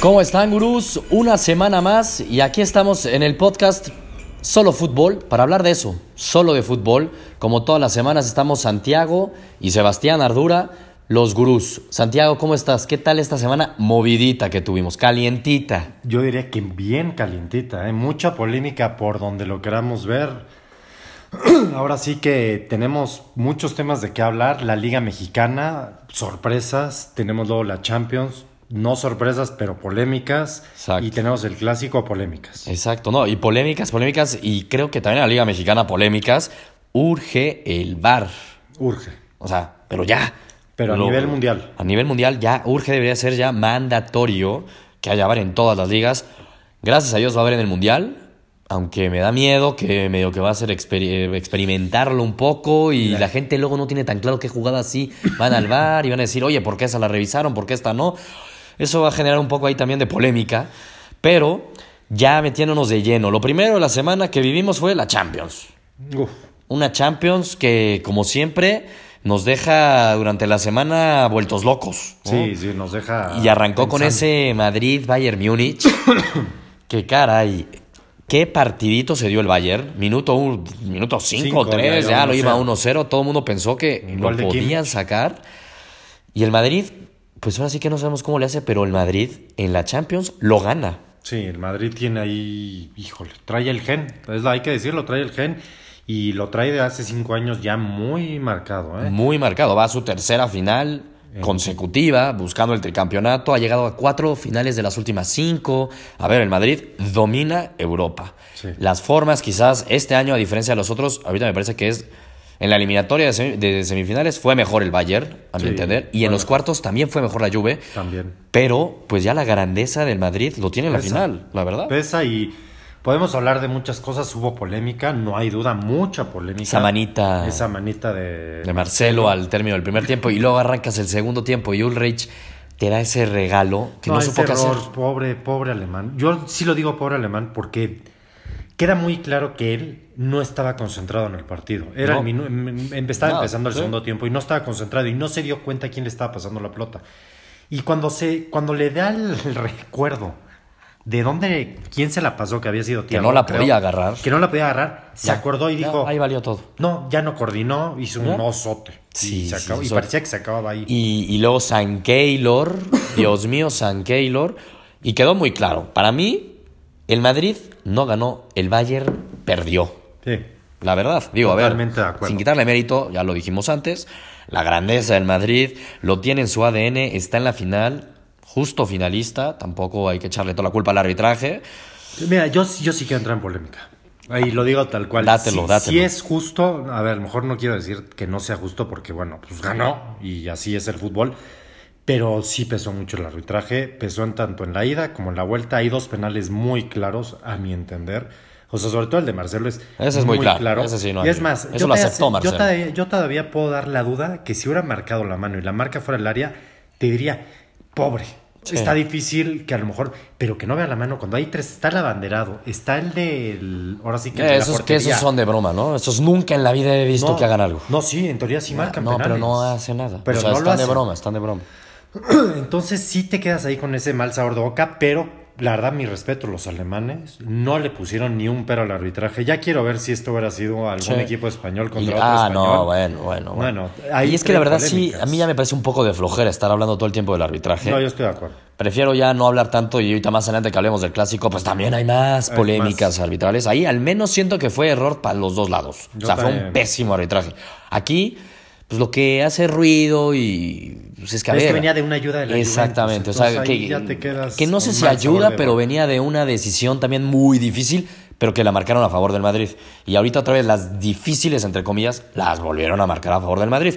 ¿Cómo están, gurús? Una semana más y aquí estamos en el podcast Solo Fútbol para hablar de eso, solo de fútbol. Como todas las semanas estamos Santiago y Sebastián Ardura, los gurús. Santiago, ¿cómo estás? ¿Qué tal esta semana movidita que tuvimos? Calientita. Yo diría que bien calientita, ¿eh? mucha polémica por donde lo queramos ver. Ahora sí que tenemos muchos temas de qué hablar. La Liga Mexicana, sorpresas. Tenemos luego la Champions, no sorpresas, pero polémicas. Exacto. Y tenemos el clásico, polémicas. Exacto, no, y polémicas, polémicas, y creo que también en la Liga Mexicana polémicas, urge el VAR. Urge. O sea, pero ya. Pero a Lo- nivel mundial. A nivel mundial ya urge, debería ser ya mandatorio que haya VAR en todas las ligas. Gracias a Dios va a haber en el mundial, aunque me da miedo que medio que va a ser experi- eh, experimentarlo un poco y la gente luego no tiene tan claro qué jugada sí van al VAR y van a decir, oye, ¿por qué esa la revisaron? ¿Por qué esta no? Eso va a generar un poco ahí también de polémica, pero ya metiéndonos de lleno. Lo primero de la semana que vivimos fue la Champions. Uf. Una Champions que, como siempre, nos deja durante la semana vueltos locos. ¿no? Sí, sí, nos deja. Y arrancó con pensando. ese Madrid-Bayern Múnich. que caray, qué partidito se dio el Bayern. Minuto 1, minuto 5, Cinco, ya 3, iba ya lo iba 1-0. 1-0. Todo el mundo pensó que Un lo gol de Kimmich. podían sacar. Y el Madrid, pues ahora sí que no sabemos cómo le hace, pero el Madrid en la Champions lo gana. Sí, el Madrid tiene ahí, híjole, trae el gen, es la- hay que decirlo, trae el gen y lo trae de hace cinco años ya muy marcado. ¿eh? Muy marcado. Va a su tercera final consecutiva, buscando el tricampeonato. Ha llegado a cuatro finales de las últimas cinco. A ver, el Madrid domina Europa. Sí. Las formas, quizás, este año, a diferencia de los otros, ahorita me parece que es. En la eliminatoria de, semi- de semifinales fue mejor el Bayern, a mi Sí, entender. Y en fue los mejor. cuartos también fue mejor la Juve. También. Pero, pues ya la grandeza del Madrid lo tiene en la Pesa. final, la verdad. Pesa y podemos hablar de muchas cosas, hubo polémica, no hay duda, mucha polémica. Esa manita. Esa manita de... de Marcelo al término del primer tiempo y luego arrancas el segundo tiempo y Ulrich te da ese regalo que no, ese supo qué hacer. error, Pobre, pobre alemán. Yo sí lo digo pobre alemán porque queda muy claro que él no estaba concentrado en el partido. Era No. el minu- em- em- estaba No, empezando el sí. segundo tiempo y no estaba concentrado y no se dio cuenta quién le estaba pasando la pelota. Y cuando se, cuando le da el recuerdo de dónde, quién se la pasó, que había sido Thiago, no la podía agarrar. que no la podía agarrar, se Ya, acordó y ya, dijo, Ahí valió todo. no, ya no coordinó, hizo un ¿Ya? osote. Sí, y, se sí, acabó- y osote. parecía que se acababa ahí. Y, y luego San Keylor, Dios mío, San Keylor. Y quedó muy claro. Para mí, el Madrid no ganó, el Bayern perdió. Sí. La verdad, digo, Totalmente a de ver, acuerdo. sin quitarle mérito, ya lo dijimos antes, la grandeza del Madrid lo tiene en su ADN, está en la final, justo finalista, tampoco hay que echarle toda la culpa al arbitraje, Mira, yo, yo sí quiero entrar en polémica. Ahí lo digo tal cual. Dátelo, si, dátelo. si es justo, a ver, a lo mejor no quiero decir que no sea justo porque, bueno, pues ganó y así es el fútbol. Pero sí pesó mucho el arbitraje, pesó en tanto en la ida como en la vuelta. Hay dos penales muy claros, a mi entender. O sea, sobre todo el de Marcelo es, Ese es muy claro, ese sí no hay- y es más, eso lo todavía- aceptó Marcelo. Yo todavía, Eh, yo todavía puedo dar la duda que si hubiera marcado la mano y la marca fuera el área, te diría, pobre, Sí. está difícil que a lo mejor, pero que no vea la mano cuando hay tres, está el abanderado, está el del, ahora sí que el de Eh, la esos, que esos portería. son de broma, ¿no? Esos nunca en la vida he visto No, que hagan algo. No, sí, en teoría sí marcan no, pero penales. no hace nada. Pero o sea, no lo están de hacen. broma, están de broma. Entonces sí te quedas ahí con ese mal sabor de boca, pero la verdad, mi respeto, los alemanes no le pusieron ni un pero al arbitraje. Ya quiero ver si esto hubiera sido algún Sí. equipo español contra Y- otro ah, español. no, bueno, bueno, bueno. Bueno, ahí y es que la trae verdad sí, a polémicas. mí ya me parece un poco de flojera estar hablando todo el tiempo del arbitraje. No, yo estoy de acuerdo. Prefiero ya no hablar tanto y ahorita más adelante que hablemos del clásico, pues también hay más Hay polémicas arbitrales. Ahí al menos siento que fue error para los dos lados. o Yo sea, fue un también. pésimo arbitraje. Aquí, pues lo que hace ruido y. Pues es que a Pero es ver, que venía de una ayuda de la Juventus, Exactamente. o sea, entonces ahí que, ya te quedas que no sé con si mal sabor ayuda, de pero boca. venía de una decisión también muy difícil, pero que la marcaron a favor del Madrid. Y ahorita otra vez las difíciles, entre comillas, las volvieron a marcar a favor del Madrid.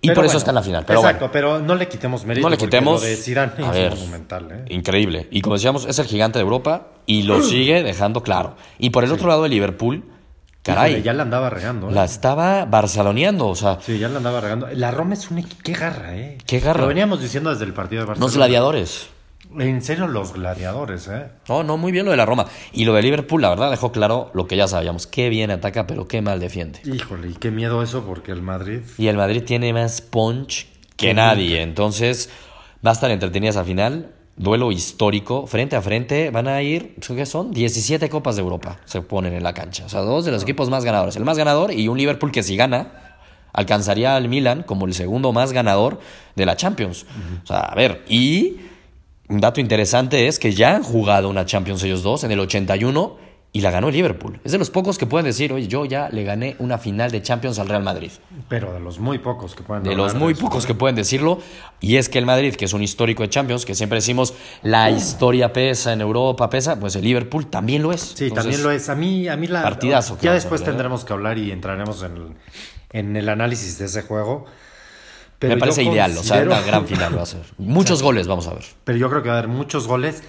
Y Pero por eso bueno, está en la final. Pero exacto, bueno. pero no le quitemos mérito. No le porque quitemos. Lo de Zidane A es ver. monumental, ¿eh? Increíble. Y como decíamos, es el gigante de Europa y lo sigue dejando claro. Y por el otro lado, el Liverpool, caray, Híjole, ya la andaba regando. ¿eh? la estaba barceloneando. O sea, Sí, ya la andaba regando. La Roma es un equipo. ¡Qué garra, eh! Qué garra. Lo veníamos diciendo desde el partido de Barcelona. unos gladiadores. En serio, los gladiadores, ¿eh? No, no, muy bien lo de la Roma. Y lo de Liverpool, la verdad, dejó claro lo que ya sabíamos. Qué bien ataca, pero qué mal defiende. Híjole, y qué miedo eso porque el Madrid. Y el Madrid tiene más punch que nadie. Entonces, va a estar entretenida esa final. duelo histórico, frente a frente, van a ir, ¿qué son? 17 Copas de Europa se ponen en la cancha. O sea, dos de los equipos más ganadores. El más ganador y un Liverpool que si gana, alcanzaría al Milan como el segundo más ganador de la Champions. O sea, a ver, y un dato interesante es que ya han jugado una Champions ellos dos en el 81 y la ganó el Liverpool. Es de los pocos que pueden decir, oye, yo ya le gané una final de Champions al Real Madrid. Pero de los muy pocos que pueden De hablar los muy eso. pocos que pueden decirlo. Y es que el Madrid, que es un histórico de Champions, que siempre decimos la historia pesa en Europa, pesa, pues el Liverpool también lo es. Sí, también lo es. A mí, a mí la. partidazo que Ya vamos a después ver, ¿eh? tendremos que hablar y entraremos en el, en el análisis de ese juego. Pero me yo parece ideal, o sea, considero- una gran final va a ser. Muchos goles, vamos a ver. Pero yo creo que va a haber muchos goles.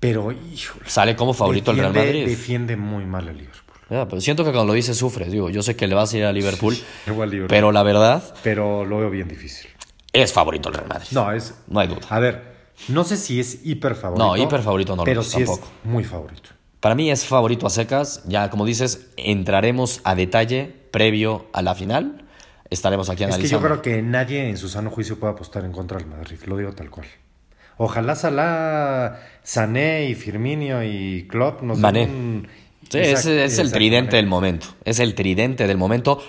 Pero, híjole. Sale como favorito el Real defiende- Madrid. Defiende muy mal el Liverpool. Ya, pero siento que cuando lo dices sufres, digo, yo sé que le vas a ir a Liverpool, le voy al Liverpool. pero la verdad Pero lo veo bien difícil. es favorito el Real Madrid. No, es. No hay duda. A ver, no sé si es hiper favorito. No, hiper favorito no lo Pero es, sí tampoco. es muy favorito. Para mí es favorito a secas. Ya, como dices, entraremos a detalle previo a la final. Estaremos aquí Es que yo analizando. creo que nadie en su sano juicio puede apostar en contra del Madrid, lo digo tal cual. Ojalá Salah, Sané y Firmino y Klopp nos den Mané. un- Sí, Exact- ese es el exacto, tridente Mané. del momento. Es el tridente del momento.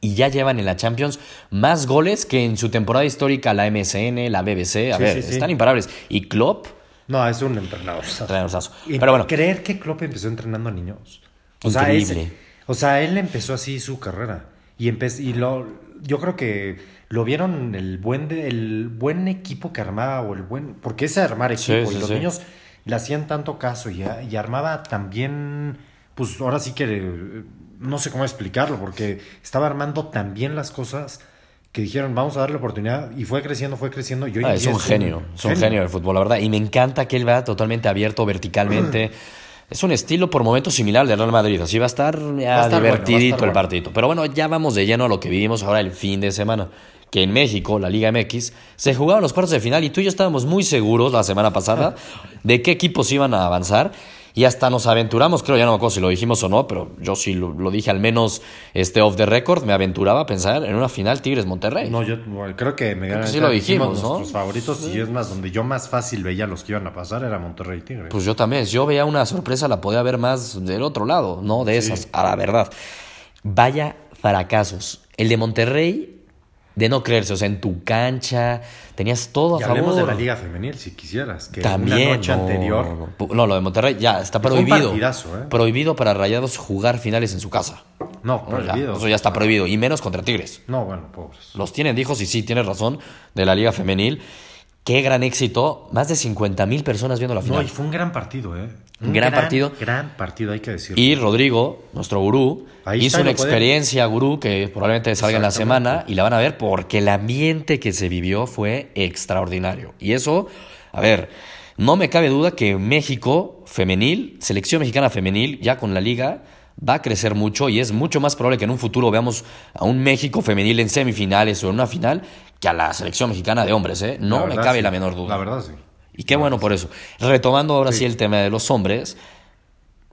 Y ya llevan en la Champions más goles que en su temporada histórica la MSN, la BBC. A Sí, ver, sí, sí. están imparables. Y Klopp, No, es un entrenador. ¿sabes? entrenadorazo. Y Pero bueno, creer que Klopp empezó entrenando a niños. Increíble. ese- o sea, él empezó así su carrera. Y, empe- y lo, yo creo que lo vieron el buen, de- el buen equipo que armaba o el buen... Porque ese armar Sí, equipo sí, y los sí. niños le hacían tanto caso y, a- y armaba también... Pues ahora sí que... eh, No sé cómo explicarlo porque estaba armando tan bien las cosas que dijeron vamos a darle oportunidad y fue creciendo, fue creciendo. Y hoy ah, en es día un genio. Es un genio del fútbol, la verdad. Y me encanta que él va totalmente abierto verticalmente. Es un estilo por momentos similar al del Real Madrid. Así va a estar, ya, a estar bueno, va a estar divertidito el bueno. partidito. Pero bueno, ya vamos de lleno a lo que vivimos ahora el fin de semana. Que en México, la Liga MX, se jugaban los cuartos de final y tú y yo estábamos muy seguros la semana pasada de qué equipos iban a avanzar. Y hasta nos aventuramos, creo, ya no me acuerdo si lo dijimos o no, pero yo sí lo, lo dije al menos este off the record, me aventuraba a pensar en una final Tigres-Monterrey. No, yo bueno, creo que me que sí lo dijimos, ¿no? nuestros favoritos y es más, donde yo más fácil veía los que iban a pasar era Monterrey y Tigres. Pues yo también. Si yo veía una sorpresa, la podía ver más del otro lado, no de esas, a la verdad. Vaya fracasos. El de Monterrey, de no creerse, o sea, en tu cancha, tenías todo a y favor. hablemos de la Liga Femenil, si quisieras, que También. una noche no, anterior... No, no. No, lo de Monterrey ya está Fue un prohibido. partidazo, ¿eh? Prohibido para Rayados jugar finales en su casa. No, ¿no? Ya, prohibido. eso ya está prohibido. Y menos contra Tigres. No, bueno, pobres. Los tienen, dijo, sí, sí, tienes razón, de la Liga Femenil. Qué gran éxito. Más de 50 mil personas viendo la final. No, y fue un gran partido, ¿eh? Un Gran partido. Gran partido, hay que decirlo. Y Rodrigo, nuestro gurú, Ahí hizo está, una lo pueden- experiencia gurú que probablemente salga en la Exactamente. semana y la van a ver porque el ambiente que se vivió fue extraordinario. Y eso, a ver, no me cabe duda que México femenil, selección mexicana femenil, ya con la liga, va a crecer mucho y es mucho más probable que en un futuro veamos a un México femenil en semifinales o en una final que a la selección mexicana de hombres, ¿eh? La No me verdad, cabe sí. la menor duda. La verdad, sí. Y qué bueno por eso. Retomando ahora sí, el tema de los hombres,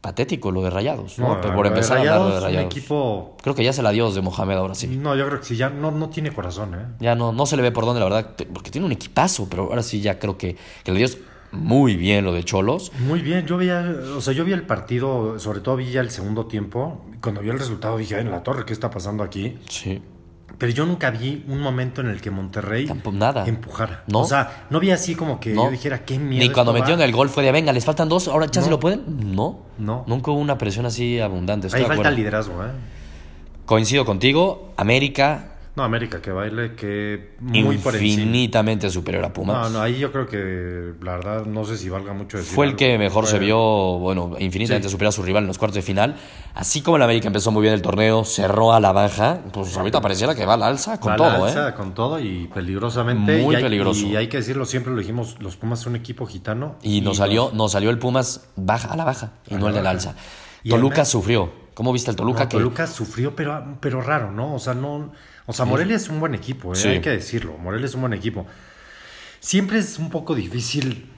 patético lo de Rayados, ¿no? Pero por lo de empezar a hablar Rayados, lo de Rayados. Un equipo... Creo que ya se la dio de Mohamed ahora sí. No, yo creo que sí, ya no, no tiene corazón, ¿eh? Ya no, no se le ve por dónde, la verdad, te- porque tiene un equipazo, pero ahora sí ya creo que, que le dio muy bien lo de Cholos. Muy bien, yo veía, o sea, yo vi el partido, sobre todo vi ya el segundo tiempo. y Cuando vi el resultado dije, "Ay, en la torre, ¿qué está pasando aquí? Sí. Pero yo nunca vi un momento en el que Monterrey Tampoco- nada. empujara. ¿No? O sea, no vi así como que No. yo dijera, qué miedo. Ni cuando esto va". metieron el gol fue de, venga, les faltan dos, ahora ya si No. lo pueden. No. No. Nunca hubo una presión así abundante. estoy Ahí de falta acuerdo. liderazgo, ¿eh? Coincido contigo, América No, América, que baile, que muy por encima. infinitamente superior a Pumas. No, no, ahí yo creo que, la verdad, no sé si valga mucho decir Fue el algo. que mejor se Fue- vio, bueno, infinitamente Sí. superior a su rival en los cuartos de final. Así como el América empezó muy bien el torneo, cerró a la baja, pues ahorita pareciera que va al alza con Va a la todo, alza, ¿eh? Con todo y peligrosamente. Muy y hay, peligroso. Y hay que decirlo, siempre lo dijimos, los Pumas son un equipo gitano. Y nos salió, nos salió el Pumas baja a la baja y A no la el del baja. alza. Y Toluca además- sufrió. ¿Cómo viste al Toluca? No, que Toluca sufrió, pero, pero raro, ¿no? O sea, no. O sea, Morelia es un buen equipo, ¿eh? Sí. hay que decirlo. Morelia es un buen equipo. Siempre es un poco difícil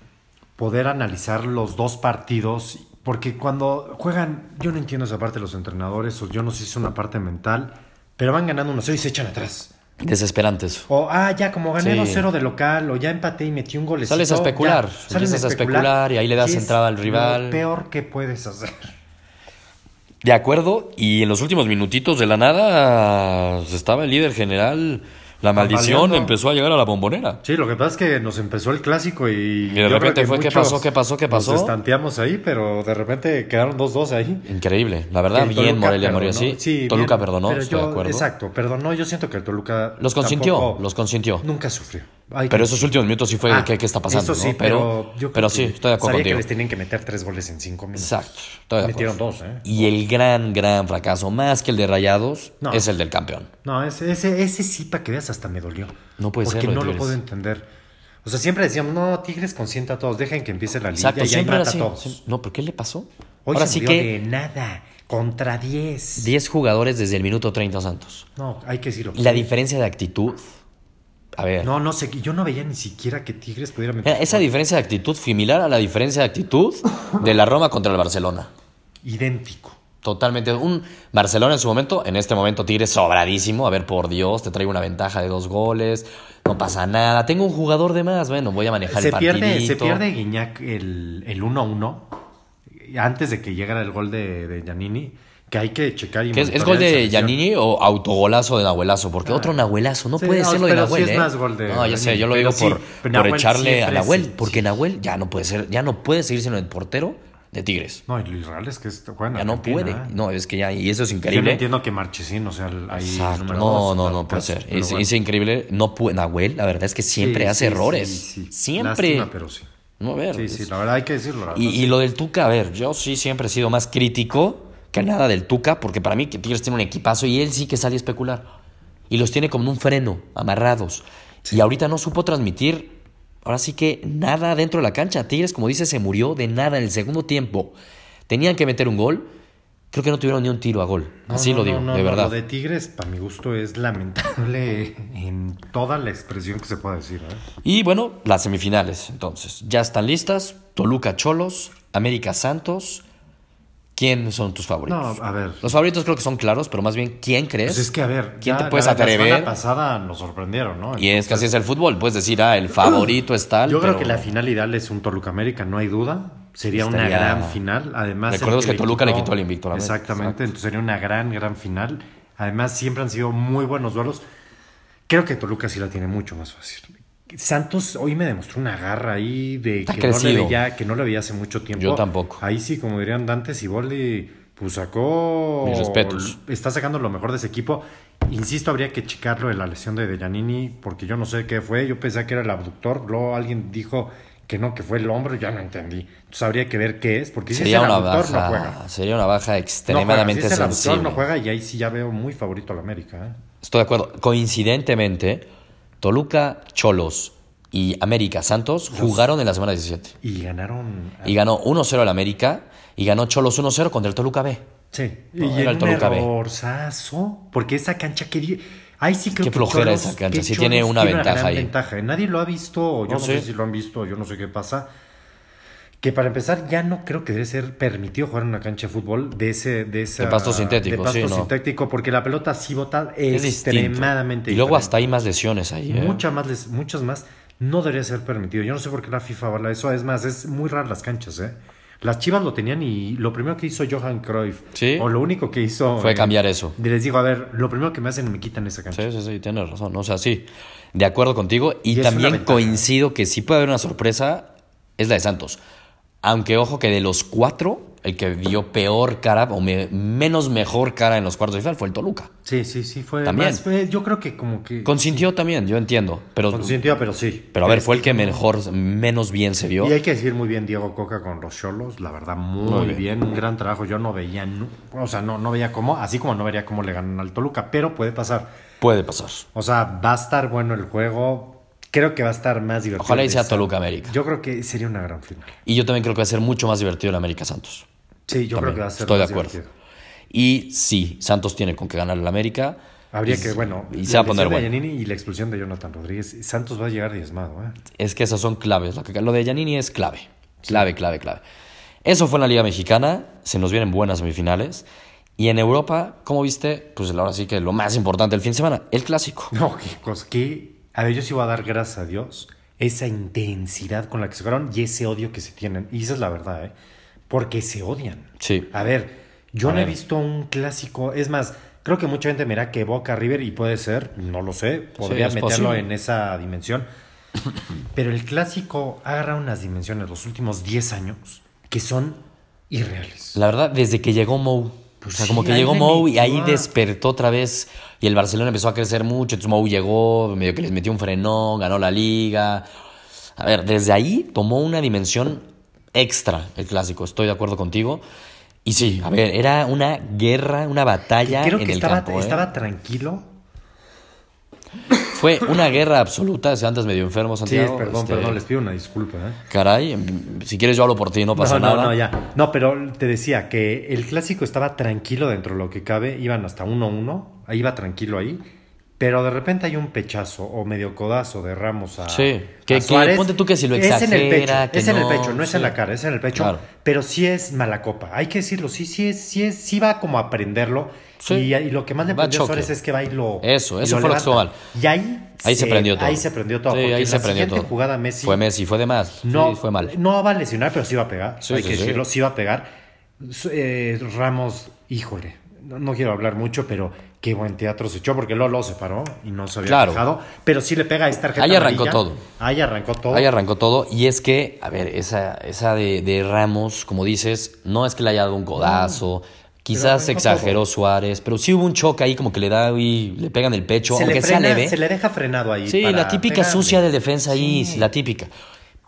poder analizar los dos partidos, porque cuando juegan, yo no entiendo esa parte de los entrenadores, o yo no sé si es una parte mental, pero van ganando uno 0 y se echan atrás. desesperantes. O, ah, ya, como gané Sí. 2-0 de local, o ya empaté y metí un golecito. Sales a especular, ya, empiezas a especular y ahí le das que es entrada al lo rival. peor que puedes hacer. De acuerdo, y en los últimos minutitos de la nada pues, estaba el líder general. La maldición Tambaleando. empezó a llegar a la bombonera. Sí, lo que pasa es que nos empezó el clásico y... de yo creo repente que fue, ¿qué muchos pasó, qué pasó, qué pasó? Nos estanteamos ahí, pero de repente quedaron 2-2 ahí. Increíble, la verdad, Que el bien Toluca Morelia perdonó. Morelia, sí. Toluca bien, perdonó, pero estoy yo- de acuerdo. Exacto, perdonó. Yo siento que el Toluca. Los consintió, tampoco- los consintió. Nunca sufrió. Ay, Pero que- esos últimos minutos sí fue Ah, ¿qué, qué está pasando? Eso sí, no? pero. yo creo pero que sí, estoy de acuerdo contigo. Sabía que les tenían que meter tres goles en cinco minutos. Exacto, estoy de Metieron acuerdo. dos, ¿eh? Y el gran, gran fracaso, más que el de Rayados, No. es el del campeón. No, ese, ese, ese sí, para que veas, hasta me dolió. No puede Porque ser, lo de no lo Tigres. puedo entender. O sea, siempre decíamos, no, Tigres consienta a todos, dejen que empiece la liga Exacto, y siempre ahí era mata así. a todos. Sí. No, ¿pero qué le pasó? Hoy Ahora se sí murió que de nada, contra 10. 10 jugadores desde el minuto 30 Santos. No, hay que decirlo. La diferencia de actitud. A ver. No, no sé, yo no veía ni siquiera que Tigres pudiera meter. mira, esa diferencia de actitud similar a la diferencia de actitud de la Roma contra el Barcelona. idéntico. Totalmente. Un Barcelona en su momento, en este momento Tigres sobradísimo. A ver, por Dios, te traigo una ventaja de dos goles. No pasa nada. Tengo un jugador de más. Bueno, voy a manejar Se el partidito. pierde, se pierde Guiñac el el 1-1 eh, antes de que llegara el gol de, de Giannini, que hay que checar. Y ¿Qué es, es monitorear gol esa de lesión. Giannini o autogolazo de Nahuelazo? Porque otro Nahuelazo, no Sí, puede no, ser lo de pero sí Nahuel, es ¿eh? más gol de no, ya sé, Giannini, yo lo pero digo sí, por, pero por Nahuel echarle a siempre Nahuel, sí, porque sí. Nahuel ya no puede ser, ya no puede seguir siendo el portero de Tigres. No, y lo irreal es que es- juega en Ya no Argentina, puede. ¿eh? No, es que ya, y eso es Yo no increíble. entiendo que Marchesín, o sea, el- ahí Exacto, número no, dos, no, tal, no puede tal, ser. pero Es, bueno. es increíble. No puede, Nahuel, la verdad es que siempre Sí, hace sí, errores. sí, sí. Siempre. Lástima, pero sí. No, a ver. Sí, sí, la verdad hay que decirlo. la y, verdad. y lo del Tuca, a ver, yo sí siempre he sido más crítico que nada del Tuca, porque para mí que Tigres tiene un equipazo y él sí que sale a especular. Y los tiene como en un freno, amarrados. Y ahorita no supo transmitir, ahora sí que nada dentro de la cancha. Tigres, como dice, se murió de nada en el segundo tiempo. Tenían que meter un gol. Creo que no tuvieron ni un tiro a gol. No, Así no, lo no, digo, no, de no, verdad. Lo de Tigres, para mi gusto, es lamentable en toda la expresión que se pueda decir. ¿eh? Y bueno, las semifinales, entonces. Ya están listas. Toluca Cholos, América Santos. ¿Quién son tus favoritos? No, a ver. Los favoritos creo que son claros, pero más bien, ¿quién crees? Pues es que, a ver, ¿Quién ya te puedes la, la atrever? semana pasada nos sorprendieron, ¿no? y es que así es el fútbol. Puedes decir, ah, el favorito es tal. Yo creo pero que la final ideal es un Toluca América, no hay duda. Sería una Estaría- gran final. Además, el Recordemos que Toluca le quitó al invicto a la América. Exactamente, Exacto. entonces sería una gran, gran final. Además, siempre han sido muy buenos duelos. Creo que Toluca sí la tiene mucho más fácil. Santos hoy me demostró una garra ahí de Está que no, crecido. le veía, que no le veía hace mucho tiempo. Yo tampoco. Ahí sí, como dirían Dante Siboldi, pues sacó. Mis respetos. Está sacando lo mejor de ese equipo. Insisto, habría que checarlo de la lesión de Dejanini, porque yo no sé qué fue. Yo pensé que era el abductor. Luego alguien dijo que no, que fue el hombro. Ya no entendí. Entonces habría que ver qué es, porque si es Sería el una abductor, no baja. juega. sería una baja No juega. Si extremadamente es el abductor, sensible. no juega. Y ahí sí ya veo muy favorito al América. ¿eh? Estoy de acuerdo. Coincidentemente, Toluca Cholos y América Santos jugaron en la semana 17. Y ganaron. Y ganó 1-0 el América y ganó Cholos 1-0 contra el Toluca B. Sí, No, y era en el un Toluca B. errorzazo, porque esa cancha que... di- Ahí sí creo Qué que flojera Cholos- esa cancha, que sí tiene Cholos una ventaja gran ahí. ventaja. Nadie lo ha visto, o yo No no, sé. sé si lo han visto, o yo no sé qué pasa. Que para empezar, ya no creo que debe ser permitido jugar en una cancha de fútbol de ese... De, esa, De pasto sintético, de pasto sí, ¿no? sintético, porque la pelota sí bota Es distinto. extremadamente Y luego diferente. hasta hay más lesiones ahí. ¿eh? Muchas más, les- muchas más no debería ser permitido. Yo no sé por qué la FIFA habla de eso. Es más, es muy raro las canchas, ¿eh? Las chivas lo tenían y lo primero que hizo Johan Cruyff, Sí. o lo único que hizo... Fue eh, cambiar eso. Les digo, a ver, lo primero que me hacen me quitan esa cancha. Sí, sí, sí, tienes razón. O sea, sí, de acuerdo contigo. Y, Y es una también ventaja. coincido que sí puede haber una sorpresa, es la de Santos. Aunque ojo que de los cuatro, el que dio peor cara o me- menos mejor cara en los cuartos de final fue el Toluca. Sí, sí, sí, fue... También. más- fue- yo creo que como que... Consintió también, yo entiendo. Pero, Consentido, pero sí. pero a ver, fue el que mejor, menos bien se vio. Y hay que decir muy bien Diego Coca con los Cholos, la verdad, muy, Muy bien. bien. un gran trabajo. Yo no veía, nu- o sea, no, no veía cómo, así como no vería cómo le ganan al Toluca, pero puede pasar. Puede pasar. O sea, va a estar bueno el juego. Creo que va a estar más divertido. Ojalá y que sea esta. Toluca América. Yo creo que sería una gran final. Y yo también creo que va a ser mucho más divertido el América Santos. Sí, yo También, creo que va a ser estoy de más acuerdo. divertido. Y sí, Santos tiene con que ganar el América. Habría Y- que, bueno, Y se va a la poner lesión de bueno. Giannini y la expulsión de Jonathan Rodríguez. Santos va a llegar diezmado, ¿eh? Es que esas son claves. Lo, que- lo de Giannini es clave. Clave, clave, clave. Eso fue en la Liga Mexicana. Se nos vienen buenas semifinales. Y en Europa, como viste, pues ahora sí que lo más importante del fin de semana, el clásico. No, qué cosa, qué- A ver, yo sí voy a dar gracias a Dios esa intensidad con la que se jugaron y ese odio que se tienen. Y esa es la verdad, ¿eh? Porque se odian. Sí. A ver, yo A no he ver. visto un clásico. Es más, creo que mucha gente mira que Boca River y puede ser, no lo sé, podría es meterlo posible. en esa dimensión. Pero el clásico agarra unas dimensiones los últimos 10 años que son irreales. La verdad, desde que llegó Mou. Pues o sea, sí, como que ahí llegó le Mou y metió ahí a- despertó otra vez. Y el Barcelona empezó a crecer mucho. Entonces Mou llegó, medio que les metió un frenón, ganó la liga. A ver, desde ahí tomó una dimensión extra el clásico. Estoy de acuerdo contigo. Y sí, a ver, era una guerra, una batalla Creo en que el estaba, campo. ¿eh? estaba tranquilo. Fue una guerra absoluta. Si antes medio enfermo, Sí, Santiago. perdón, este, perdón, les pido una disculpa. ¿eh? Caray, si quieres yo hablo por ti, no pasa no, nada. No, no, ya. No, pero te decía que el clásico estaba tranquilo dentro de lo que cabe, iban hasta 1-1, ahí iba tranquilo ahí, pero de repente hay un pechazo o medio codazo de Ramos a. Sí, a que- que Suárez. ponte tú que si lo Es en el pecho, exagera, que es en el no, pecho, no es en sí. la cara, es en el pecho, Claro. pero sí es mala copa, hay que decirlo, sí, sí es, sí es, sí va como a aprenderlo. Sí. Y, y lo que más le Va a prendió a choque. Suárez es que va y lo. Eso, y eso fue lo que estuvo levanta. Y ahí, Ahí se, prendió todo. Ahí se prendió todo. Sí, porque ahí en se la prendió siguiente todo. jugada Messi Fue Messi, fue de más. no, Sí, fue mal. No va a lesionar, pero sí va a pegar. Sí, Hay sí, que sí. decirlo, sí va a pegar. Su- eh, Ramos, híjole, no, no quiero hablar mucho, pero qué buen teatro se echó, porque Lolo se paró y no se había Claro. fijado. Pero sí le pega a esta tarjeta. Ahí arrancó amarilla. todo. Ahí arrancó todo. Ahí arrancó todo. Y es que, a ver, esa, esa de, de Ramos, como dices, no es que le haya dado un codazo. Quizás arrancó exageró todo. Suárez, pero sí hubo un choque ahí, como que le da y le pegan el pecho, se, aunque le sea frena, leve. se le deja frenado ahí. Sí, para la típica pegarle. sucia de defensa ahí, sí, la típica.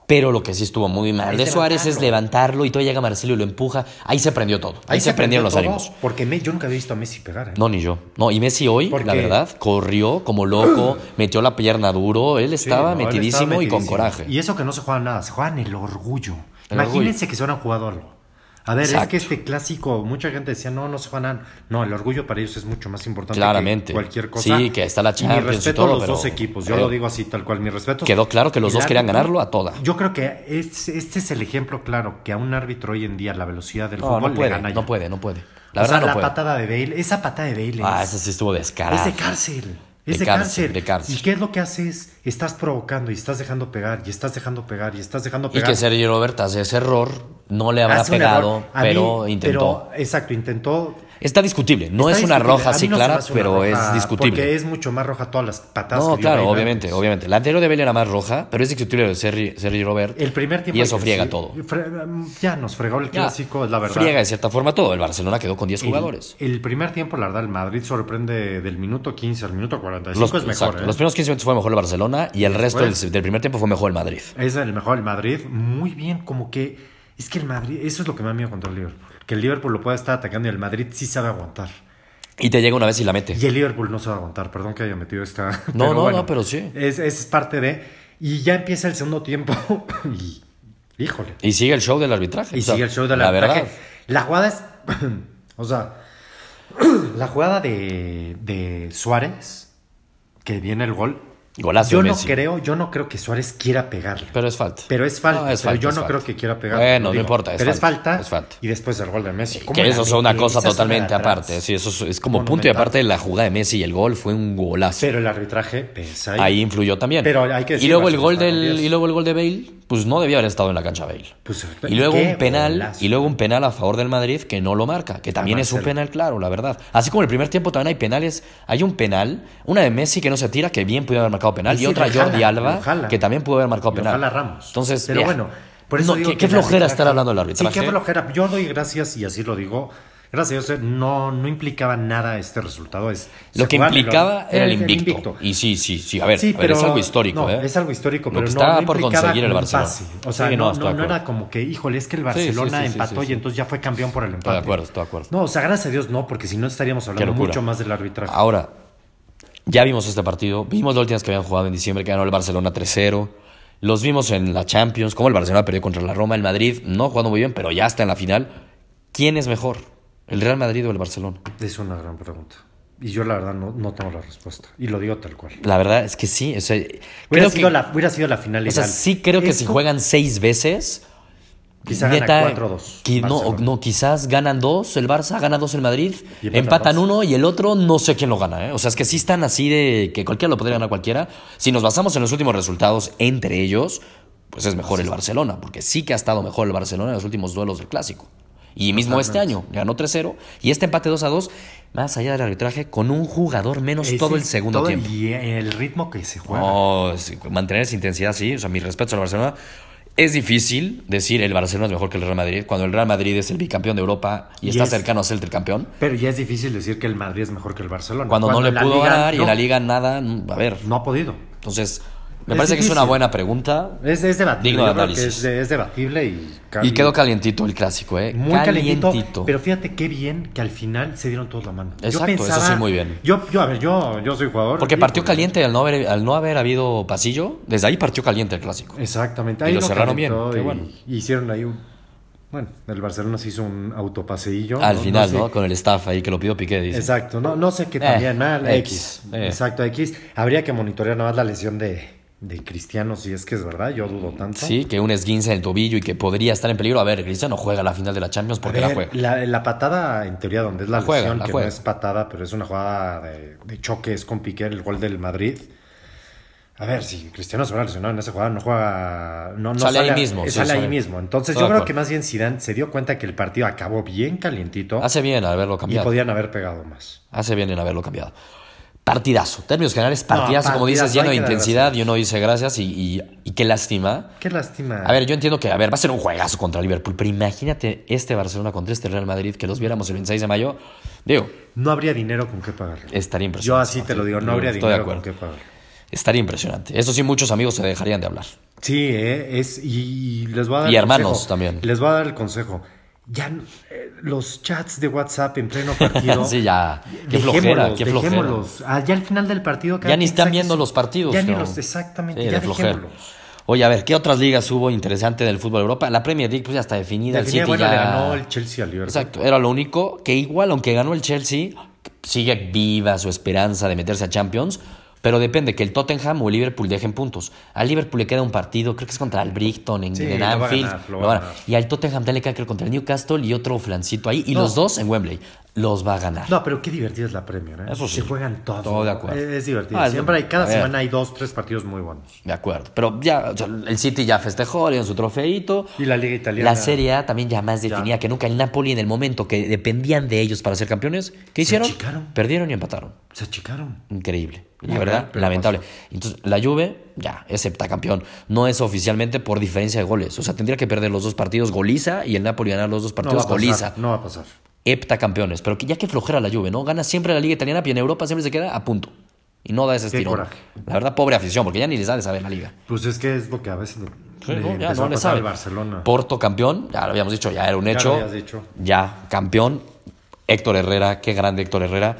Pero lo que sí estuvo muy mal Es de Suárez es levantarlo. levantarlo y todo llega Marcelo y lo empuja. Ahí se prendió todo. Ahí, se, prendió prendieron los todo, ánimos. Porque me- yo nunca había visto a Messi pegar. ¿eh? No, ni yo. No, y Messi hoy, Porque- la verdad, corrió como loco, metió la pierna duro, él Sí, estaba no, él metidísimo estaba y con metidísimo. coraje. Y eso que no se juega nada, se juegan el orgullo. El Imagínense que se hubieran jugado algo. A ver, es Exacto. que este clásico, mucha gente decía, no, no se juega nada. No, el orgullo para ellos es mucho más importante Claramente. que cualquier cosa. Sí, que está la Y mi Champions y respeto todo, a los pero- dos equipos, yo pero- lo digo así tal cual, mi respeto. Quedó claro que los El dos querían árbitro- ganarlo a toda. Yo creo que es- este es el ejemplo claro, que a un árbitro hoy en día la velocidad del No, fútbol no le puede, gana ya. no puede, no puede. La o sea, verdad no la puede. patada de Bale, esa patada de Bale Ah, es- esa sí estuvo es descarada. de cárcel. De Es de, cárcel, cárcel, de cárcel. ¿Y qué es lo que haces? Estás provocando y estás dejando pegar y estás dejando pegar y estás dejando Y pegar. que Sergio Roberta hace ese error, no le habrá Hace Ah, un pegado, error. A mí, pero intentó. pero, exacto, intó. Está discutible, no Está es una discutible. roja A mí así no se me clara, hace una pero roja, es discutible. Porque es mucho más roja todas las patadas. No, que dio claro, Bale obviamente, antes. obviamente. La anterior de Bale era más roja, pero es discutible de Sergi, Sergi Robert. El primer tiempo. Y eso que friega sí, todo. fre- ya nos fregó el Ya, clásico, es la verdad. Friega de cierta forma todo. El Barcelona quedó con 10 El- jugadores. El, primer tiempo, la verdad, el Madrid sorprende del minuto 15 al minuto 45. es mejor. exacto, ¿eh? los primeros 15 minutos fue mejor el Barcelona y el resto Después- del, del primer tiempo fue mejor el Madrid. Es el mejor el Madrid. Muy bien, como que. Es que el Madrid, eso es lo que me da miedo contra el Liverpool. Que el Liverpool lo pueda estar atacando y el Madrid sí sabe aguantar. Y te llega una vez y la mete. Y el Liverpool no sabe aguantar. Perdón que haya metido esta. No, no, no, pero sí. Es, es parte de. Y ya empieza el segundo tiempo. y. Híjole. Y sigue el show del arbitraje. Y o sea, sigue el show del la arbitraje. verdad. La jugada es. o sea. la jugada de, de Suárez. Que viene el gol. Golazo yo de no Messi. creo, yo no creo que Suárez quiera pegarle. Pero es falta. Pero es falta. No, es pero falta, yo es no falta. creo que quiera pegar. Bueno, lo no digo. importa, es pero falta, es falta. es falta. Y después el gol de Messi. ¿Cómo Que la eso es mete? una cosa Esa es una totalmente de atrás. aparte. Sí, eso es, es como Monumental. punto y aparte de la jugada de Messi y el gol fue un golazo. Pero el arbitraje pesa ahí. Ahí influyó también. Pero hay que y decir, luego el Barcelona gol está con del 10. y luego el gol de Bale, pues no debía haber estado en la cancha Bale. Pues, Y luego qué un penal golazo. y luego un penal a favor del Madrid que no lo marca, que también es un Marcelo. penal claro, la verdad. Así como el primer tiempo también hay penales, hay un penal, una de Messi que no se tira, que bien pudo haber marcado penal, y, Y sí, otra lo jala, Jordi Alba lo jala. que también pudo haber marcado Lo penal. jala Ramos. Entonces, pero ya. bueno, por eso No, digo qué, qué que el flojera arbitraje- estar hablando del arbitraje. Sí, qué flojera. Yo doy gracias y así lo digo. Gracias a Dios, no, no implicaba nada este resultado. Es, Lo se que jugaban el- implicaba era el invicto. Y sí, sí, sí. A ver, Sí, a ver, es algo histórico, no, ¿eh? Es algo histórico, Lo pero que no, estaba no por implicaba conseguir el un Barcelona. pase. O sea, Sí, no, no, estoy de no- no acuerdo. era como que, híjole, es que el sí, sí, Barcelona sí, sí, empató sí. y entonces ya fue campeón por el empate. Estoy de acuerdo, estoy de acuerdo. No, o sea, gracias a Dios no, porque si no estaríamos hablando locura. Ah. mucho más del arbitraje. Ahora, ya vimos este partido, vimos las últimas que habían jugado en diciembre, que ganó el Barcelona 3-0. Los vimos en la Champions, como el Barcelona perdió contra la Roma, el Madrid no jugando muy bien, pero ya está en la final. ¿Quién es mejor? ¿El Real Madrid o el Barcelona? Es una gran pregunta. Y yo la verdad no, no tengo la respuesta. Y lo digo tal cual. La verdad es que sí. o sea, Hubiera, creo sido, que, la, hubiera sido la final o sea, ideal. sí creo que Es si como- juegan seis veces, Quizá gana neta, 4-2 qui- no, Barcelona. o- no, quizás ganan dos el Barça, gana dos el Madrid, Y empatan empatan, dos. uno y el otro no sé quién lo gana. ¿eh? O sea, es que sí están así de que cualquiera lo podría ganar cualquiera. Si nos basamos en los últimos resultados entre ellos, pues es mejor el Barcelona, porque sí que ha estado mejor el Barcelona en los últimos duelos del Clásico. Y mismo este año, ganó 3-0 y este empate 2-2, más allá del arbitraje, con un jugador menos Ese todo el es segundo Eh, todo tiempo. Y el ritmo que se juega. No, sí, mantener esa intensidad, sí. O sea, mi respeto al Barcelona. Es difícil decir el Barcelona es mejor que el Real Madrid cuando el Real Madrid es el bicampeón de Europa y, Y está es- cercano a ser el tricampeón. Pero ya es difícil decir que el Madrid es mejor que el Barcelona. Cuando, no le la pudo Liga ganar y no- en la liga nada, mm, a ver. No ha podido. Entonces, me Es parece que es una difícil. buena pregunta Es, es debatible. Digno de yo creo que análisis. es, de- es debatible y, y quedó calientito el clásico, ¿eh? muy calentito, Pero fíjate qué bien que al final se dieron todos la mano. Exacto, eso sí, muy bien. Yo, yo, a ver, yo, yo soy jugador. Porque y- partió caliente al no, haber, al no haber habido pasillo. Desde ahí partió caliente el clásico. Exactamente. Y lo cerraron bien, calentó qué y- bueno. y Hicieron ahí un. Bueno, el Barcelona se hizo un autopaseillo. Al final, sé- ¿no? Con el staff ahí que lo pidió Piqué, dice. Exacto, no, no sé qué también Eh, mal. X. X, eh. Exacto, X. Habría que monitorear nada más la lesión de, de Cristiano, si es que es verdad, yo dudo tanto. Sí, que un esguince en el tobillo y que podría estar en peligro. A ver, Cristiano juega la final de la Champions A porque ver, la juega. la, la patada, en teoría, donde es la, La juega, lesión, la que juega. no es patada, pero es una jugada de, de choque, es con Piqué, el gol del Madrid. A ver, si Cristiano se hubiera lesionado en esa jugada, no juega. No, no Sale ahí a- mismo, eh, sí, Sale ahí sale. mismo. Entonces, Estoy yo de creo acuerdo. que más bien Zidane se dio cuenta que el partido acabó bien calientito Hace bien al haberlo y cambiado. podían haber pegado más. Hace bien en haberlo cambiado. Partidazo. Términos generales, partidazo, como partidazo, dices, lleno hay de que dar intensidad gracias. y uno dice gracias y, y- y qué lástima. Qué lástima. A ver, yo entiendo que, a ver, va a ser un juegazo contra Liverpool, pero imagínate este Barcelona contra este Real Madrid que los viéramos el 26 de mayo. Digo, no habría dinero con qué pagarlo. estaría impresionante. Yo así te lo digo, no habría pues, Estoy de dinero con acuerdo. qué pagarlo. Estaría impresionante. Eso sí, muchos amigos se dejarían de hablar. Sí, eh, es, y y les voy a dar Y el hermanos consejo. también. Les voy a dar el consejo. Ya n- eh, los chats de WhatsApp en pleno partido. Sí, ya. Qué dejémolos, flojera, qué flojera. dejémolos. Ah, ya al final del partido. cada Ya ni quien están saque viendo su- los partidos. Ya ni cabrón. los, exactamente, Sí, ya de flojera. dejémolos. Oye, a ver, ¿qué otras ligas hubo interesante del fútbol de Europa? La Premier League, pues ya está definida. Definida, el City bueno, ya... le ganó el Chelsea al Liverpool. Exacto, era lo único que igual, aunque ganó el Chelsea, sigue viva su esperanza de meterse a Champions, pero depende que el Tottenham o el Liverpool dejen puntos. Al Liverpool le queda un partido, creo que es contra el Brighton en, Sí, en lo va a Anfield. ganar, lo va lo a van a- ganar. Y al Tottenham también le queda creo contra el Newcastle y otro flancito ahí, y No. los dos en Wembley. Los va a ganar. No, pero qué divertida es la Premier, ¿eh? Eso sí. Se juegan todo. Todo de acuerdo. Es, es divertido. Ah, es Siempre hay, bueno. cada A ver. semana hay dos, tres partidos muy buenos. De acuerdo, pero ya, o sea, el City ya festejó, le dio su trofeito. Y la Liga Italiana. La Serie A también ya más definida que nunca. El Napoli en el momento que dependían de ellos para ser campeones, ¿qué hicieron? achicaron. Perdieron y empataron. Se achicaron. Increíble. La Muy verdad, bien, pero lamentable. Entonces, la Juve ya es heptacampeón. No es oficialmente por diferencia de goles. O sea, tendría que perder los dos partidos goliza y el Napoli ganar los dos No va, partidos a goliza. pasar, no va a pasar. Heptacampeones. Pero que, ya que flojera la Juve, ¿no? Gana siempre la Liga Italiana y en Europa siempre se queda a punto. Y no da ese Qué estirón. coraje. La verdad, pobre afición, porque ya ni les da de saber la Liga. Pues es que es lo que a veces le, Sí, le no, ya empezó no a le pasar sabe. al Barcelona. Porto campeón, ya lo habíamos dicho, ya era un Ah. Ya lo hecho. habías dicho. Ya, campeón. Héctor Herrera, qué grande Héctor Herrera.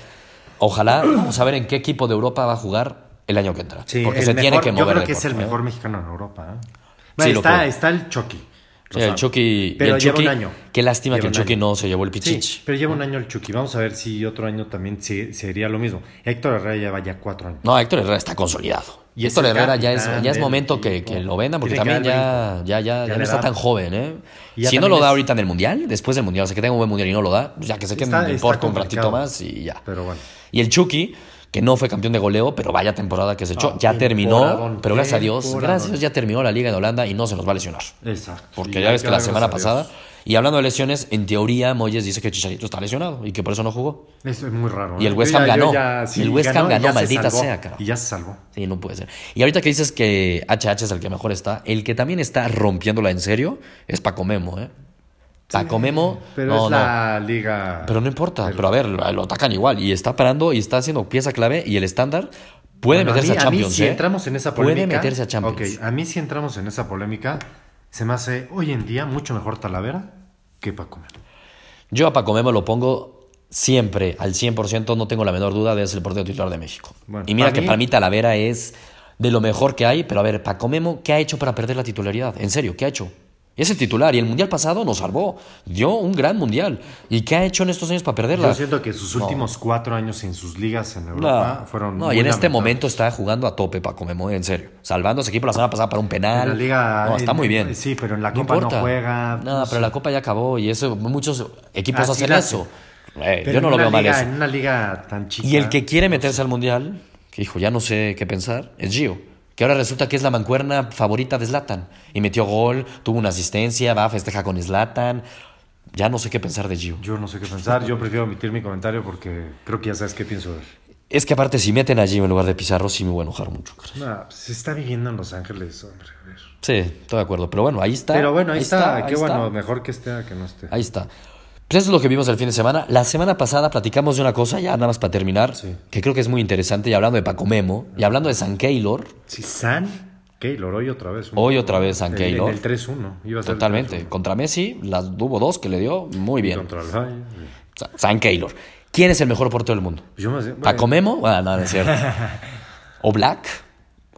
Ojalá, vamos a ver en qué equipo de Europa va a jugar el año que entra. Sí, porque el se tiene mejor- que Yo mover. creo que es el Porto, ¿eh? mejor mexicano en Europa. ¿eh? Sí, lo está, creo. está el Chucky. Sí, Lozano. ¿eh? el Chucky. Pero el lleva Chucky- un año. Qué lástima Lleva que el un Chucky año. no Mm. se llevó el Sí, pichichi. pero lleva un año el Chucky. Vamos a ver si otro año también se- sería lo mismo. Héctor Herrera lleva ya cuatro años. No, Héctor Herrera está consolidado. Y es Héctor el Herrera ya es, capitán ya es del momento que, equipo. que lo vendan porque Tiene que también dar ya, ya, ya, Ya ya le no está da. tan joven, ¿eh? Y ya Si no también lo da es- ahorita en el Mundial, después del Mundial, o sea que tenga un buen Mundial y no lo da, pues ya que se quede Está- en el está Porto un ratito complicado. más y ya. Pero bueno. Y el Chucky, que no fue campeón de goleo, pero vaya temporada que se echó, ya terminó, temporadón, eh, pero gracias a Dios, temporadón. gracias a Dios ya terminó la Liga de Holanda y no se nos va a lesionar. Exacto. Porque Y ya hay ves que la darles semana a Dios. pasada, y hablando de lesiones, en teoría Moyes dice que Chicharito está lesionado y que por eso no jugó. Eso es muy raro. Y el ¿eh? West Yo Ham ya- yo ganó. ya- Y sí, el West Ham y ganó, ya se maldita salvó. sea, carajo. Y ya se salvó. Sí, no puede ser. Y ahorita que dices que HH es el que mejor está, el que también está rompiéndola en serio es Paco Memo, ¿eh? Paco Memo. Pero no, es no. la liga. Pero no importa. Pero a ver, lo lo atacan igual. Y está parando y está haciendo pieza clave. Y el estándar puede Bueno, meterse a, mí- mí Champions. si ¿eh? entramos en esa polémica. Puede meterse a Champions. Ok, a mí si entramos en esa polémica, se me hace hoy en día mucho mejor Talavera que Paco Memo. Yo a Paco Memo lo pongo siempre, al 100%, no tengo la menor duda de es el portero titular de México. Bueno, y mira para que mí- para mí Talavera es de lo mejor que hay, pero a ver, Paco Memo, ¿qué ha hecho para perder la titularidad? En serio, ¿qué ha hecho? Es el titular y el mundial pasado nos salvó. Dio un gran mundial. ¿Y qué ha hecho en estos años para perderla? Yo siento que sus últimos cuatro años sin sus ligas en Europa No, fueron. no, muy y en este lamentables. momento está jugando a tope Paco Memo, en serio. Salvando a su equipo la semana pasada para un penal. En la liga- No, está en- muy bien. sí, pero en la Copa no juega, No, no pero sé. la Copa ya acabó y eso muchos equipos Así hacen la eso. Eh, Pero yo no en lo una veo mal liga- eso. En una liga tan chica. Y el que quiere meterse al mundial, que hijo, ya no sé qué pensar, es Gio. Que ahora resulta que es la mancuerna favorita de Zlatan. Y metió gol, tuvo una asistencia, va a festejar con Zlatan. Ya no sé qué pensar de Gio. Yo no sé qué pensar. Yo prefiero omitir mi comentario porque creo que ya sabes qué pienso ver. Es que aparte, si meten a Gio en lugar de Pizarro, sí me voy a enojar mucho. creo. No, pues, se está viviendo en Los Ángeles, hombre. a ver. Sí, estoy de acuerdo. Pero bueno, ahí está. Pero bueno, ahí, está. ahí Qué está. bueno. Mejor que esté a que no esté. Ahí está. Pues eso es lo que vimos el fin de semana. La semana pasada platicamos de una cosa, ya nada más para terminar, Sí. que creo que es muy interesante. Y hablando de Paco Memo, y hablando de San Keylor, Si San Keylor, hoy otra vez. un- Hoy otra vez San en- Keylor. En el 3-1. Iba a ser el totalmente. Contra Messi, las hubo dos que le dio muy 3-1. bien. Contra el Bayern. Sa- San Keylor. ¿Quién es el mejor portero del mundo? Pues Yo me hacía- ¿Paco Memo? Ah, no, no es cierto. ¿O Black?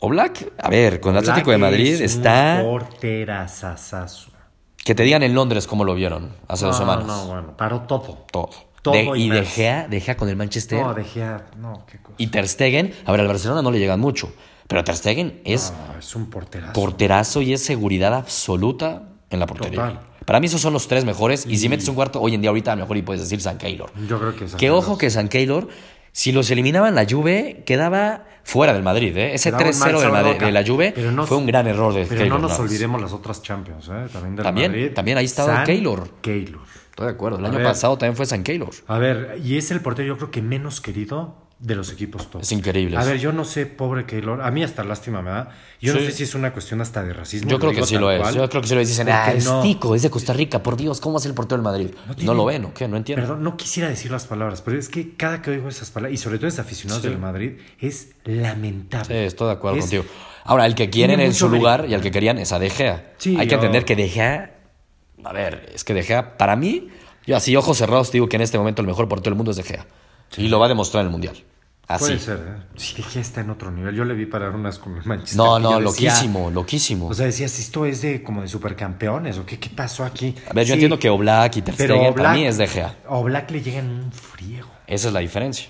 ¿O Black? A ver, con el Atlético de Black Madrid es está... Un porterazazazo. Que te digan en Londres cómo lo vieron hace dos No, semanas. No, bueno, paró todo. Todo. Todo De- y y más. De Gea, De Gea con el Manchester. No, dejé a... No, qué cosa. Y Ter Stegen, a ver, al Barcelona no le llegan mucho, pero Ter Stegen es No, es un porterazo. porterazo y es seguridad absoluta en la portería. Total. Para mí esos son los tres mejores y, si metes un cuarto hoy en día ahorita a lo mejor y puedes decir San Keylor. Yo creo que es Que ojo que San Keylor, si los eliminaban la Juve, quedaba fuera del Madrid. ¿eh? Ese Quedaba un mal 3-0 del sabor de Madrid- boca. de la Juve Pero no- fue un gran error de Pero Keylor, no nos nada más. olvidemos las otras Champions, ¿eh? También del También, Madrid. también ahí estaba San Keylor. Keylor. Estoy de acuerdo, el A año ver. pasado también fue San Keylor. A ver, y es el portero yo creo que menos querido de los equipos todos. Es increíble A eso. ver, yo no sé, pobre Keylor. A mí hasta lástima me da. Yo no Sí. sé si es una cuestión hasta de racismo. Yo creo que digo sí tal lo es. cual. Yo creo que sí lo es. Dicen, ah, Porque es no- tico, es de Costa Rica, por Dios, ¿cómo es el portero del Madrid? No, tiene- lo ven, ¿o qué? No entiendo. Perdón, no quisiera decir las palabras, pero es que cada que oigo esas palabras, y sobre todo es aficionados Sí. del Madrid, es Sí, lamentable. estoy de acuerdo Es- contigo. Ahora, el que quieren tiene en mucho su lugar mérito. y al que querían es a De Gea. Sí, Hay que yo- entender que De Gea... A ver, es que De Gea, para mí, yo así ojos cerrados te digo que en este momento el mejor portero del mundo es De Gea. Y lo va a demostrar en el Mundial. Así. Puede ser, ¿eh? Sí, De Gea está en otro nivel. Yo le vi parar unas con el Manchester. No, que no, yo decía- loquísimo, loquísimo. O sea, decías, esto es de como de supercampeones, ¿o qué, qué pasó aquí? a ver, yo Sí, entiendo que Oblak y Ter pero Stegen para Oblak- mí es De Gea. A Oblak le llegan un friego. Esa es la diferencia.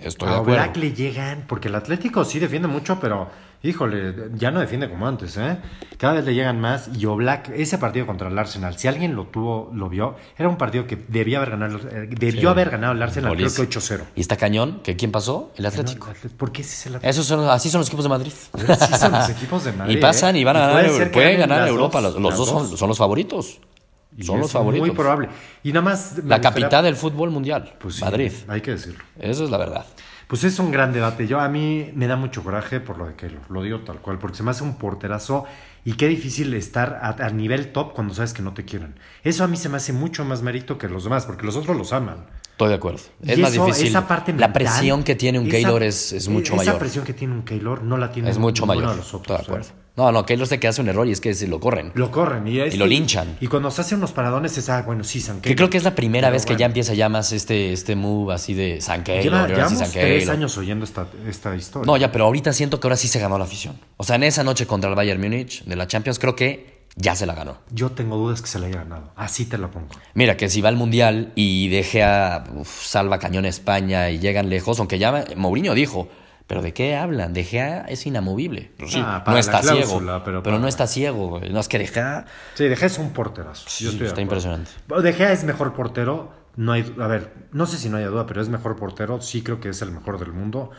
Estoy de A acuerdo. Oblak le llegan, porque el Atlético sí defiende mucho, pero híjole, ya no defiende como antes, ¿eh? Cada vez le llegan más y Oblak, ese partido contra el Arsenal, si alguien lo tuvo, lo vio, era un partido que debía haber ganado, eh, debió Sí. haber ganado el Arsenal, Goliza. creo que 8-0. Y está cañón, que ¿quién pasó? El No, Atlético. el Atl- ¿Por qué ese es el Atlético? Esos son, así son los equipos de Madrid. Así son los equipos de Madrid, y pasan ¿eh? y van a ganar, puede pueden ser que ganen ganar las Europa. dos, los los las dos son, son los favoritos. Y Son es los favoritos. Muy probable. Y nada más. me La gustaría- capital del fútbol mundial, Pues sí, Madrid. Hay que decirlo. Esa es la verdad. Pues es un gran debate. Yo a mí me da mucho coraje por lo de Keylor. Lo digo tal cual, porque se me hace un porterazo y qué difícil estar a, a nivel top cuando sabes que no te quieren. Eso a mí se me hace mucho más mérito que los demás, porque los otros los aman. Estoy de acuerdo. Es Y más eso, difícil. esa parte la mental, presión que tiene un esa- e-, Keylor es, es mucho esa mayor. presión que tiene un Keylor no la tiene Es mucho ninguno mayor. de los Estoy otros. de acuerdo. ¿eh? No, no, Keylor se que hace un error y es que se lo corren. Lo corren y, es- Y lo linchan. Y cuando se hacen unos paradones es, ah, bueno, sí, San que creo que es la primera Pero vez que bueno. ya empieza ya más este, este move así de San Keylor. Lleva- y ahora sí llevamos San tres Keylor. años oyendo esta, esta historia. No, ya, pero ahorita siento que ahora sí se ganó la afición. O sea, en esa noche contra el Bayern Múnich de la Champions, creo que ya se la ganó. Yo tengo dudas que se la haya ganado. Así te la pongo. Mira, que si va al Mundial y deje a uf, Salva Cañón a España y llegan lejos, aunque ya Mourinho dijo, pero ¿de qué hablan? De Gea es inamovible. Pues sí, Ah, para no la está ciego. cláusula, Pero, pero para- no está ciego. güey. No es que De Gea Sí, Dejé es un porterazo. Yo estoy de está acuerdo. impresionante. De Gea es mejor portero. No hay, a ver, no sé si no haya duda, pero es mejor portero. Sí creo que es el mejor del mundo.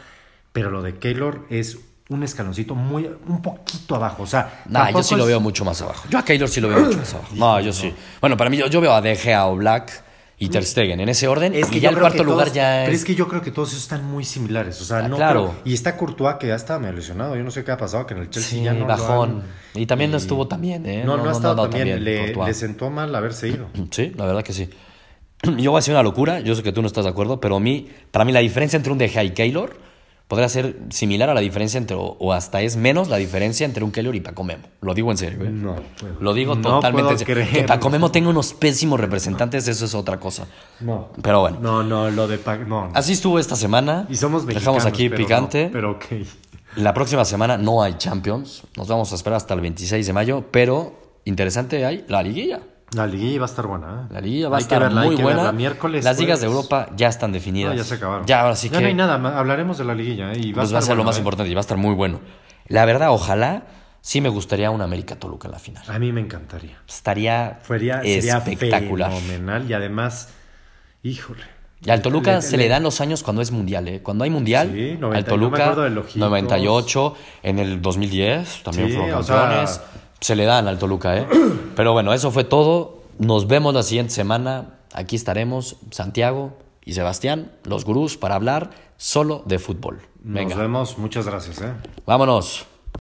Pero lo de Keylor es un escaloncito muy, un poquito abajo. O sea, Nah, yo tampoco sí lo es- veo mucho más abajo. Yo a Keylor sí lo veo mucho más abajo. No, yo sí. Bueno, para mí yo, yo veo a De Gea o Black y Ter Stegen en ese orden. Mm. Es que y ya yo el creo cuarto que lugar todos- ya Pero es... es que yo creo que todos esos están muy similares. O sea, Ah, no. claro. creo- y está Courtois que ya estaba medio lesionado. Yo no sé qué ha pasado, que en el Chelsea Sí, ya no. lo bajón. han- Y también no estuvo tan bien, ¿eh? No, no, No, no, ha estado no, tan bien. también, Le, Courtois. le sentó mal haberse ido. Sí, la verdad que sí. Yo voy a decir una locura, yo sé que tú no estás de acuerdo, pero a mí, para mí la diferencia entre un De Gea y Keylor podría ser similar a la diferencia entre, o, o hasta es menos la diferencia entre un Keylor y Paco Memo. Lo digo en serio, ¿eh? No puedo. Lo digo No totalmente puedo en serio. Que creerlo. Paco Memo tenga unos pésimos representantes, eso es otra cosa. No. Pero bueno. No, no, lo de Pac. No. no. Así estuvo esta semana. Y somos mexicanos. Dejamos aquí pero no, picante. pero ok. La próxima semana no hay Champions. Nos vamos a esperar hasta el 26 de mayo, pero interesante hay la liguilla. La liguilla va a estar buena. ¿eh? La liguilla va a Hay que estar verla, hay muy que buena. verla. Miércoles, Las ligas jueves. de Europa ya están definidas. No, ya se acabaron. Ya ahora sí que Ya no hay nada, ma- hablaremos de la liguilla. ¿eh? Y va pues a, va a estar ser lo bueno, más ¿eh? importante y va a estar muy bueno. La verdad, ojalá sí me gustaría un América Toluca en la final. A mí me encantaría. Estaría Fuería, sería espectacular. fenomenal y además, híjole. Y al Toluca Le- se le, le- dan los años cuando es mundial, ¿eh? Cuando hay mundial, Sí, al 90, yo me Toluca, acuerdo del Ojitos. 98, en el 2010 también Sí, fueron o sea- campeones. Se le dan al Toluca, ¿eh? Pero bueno, eso fue todo. Nos vemos la siguiente semana. Aquí estaremos, Santiago y Sebastián, los gurús, para hablar solo de fútbol. Nos Venga, vemos, muchas gracias. ¿eh? vámonos.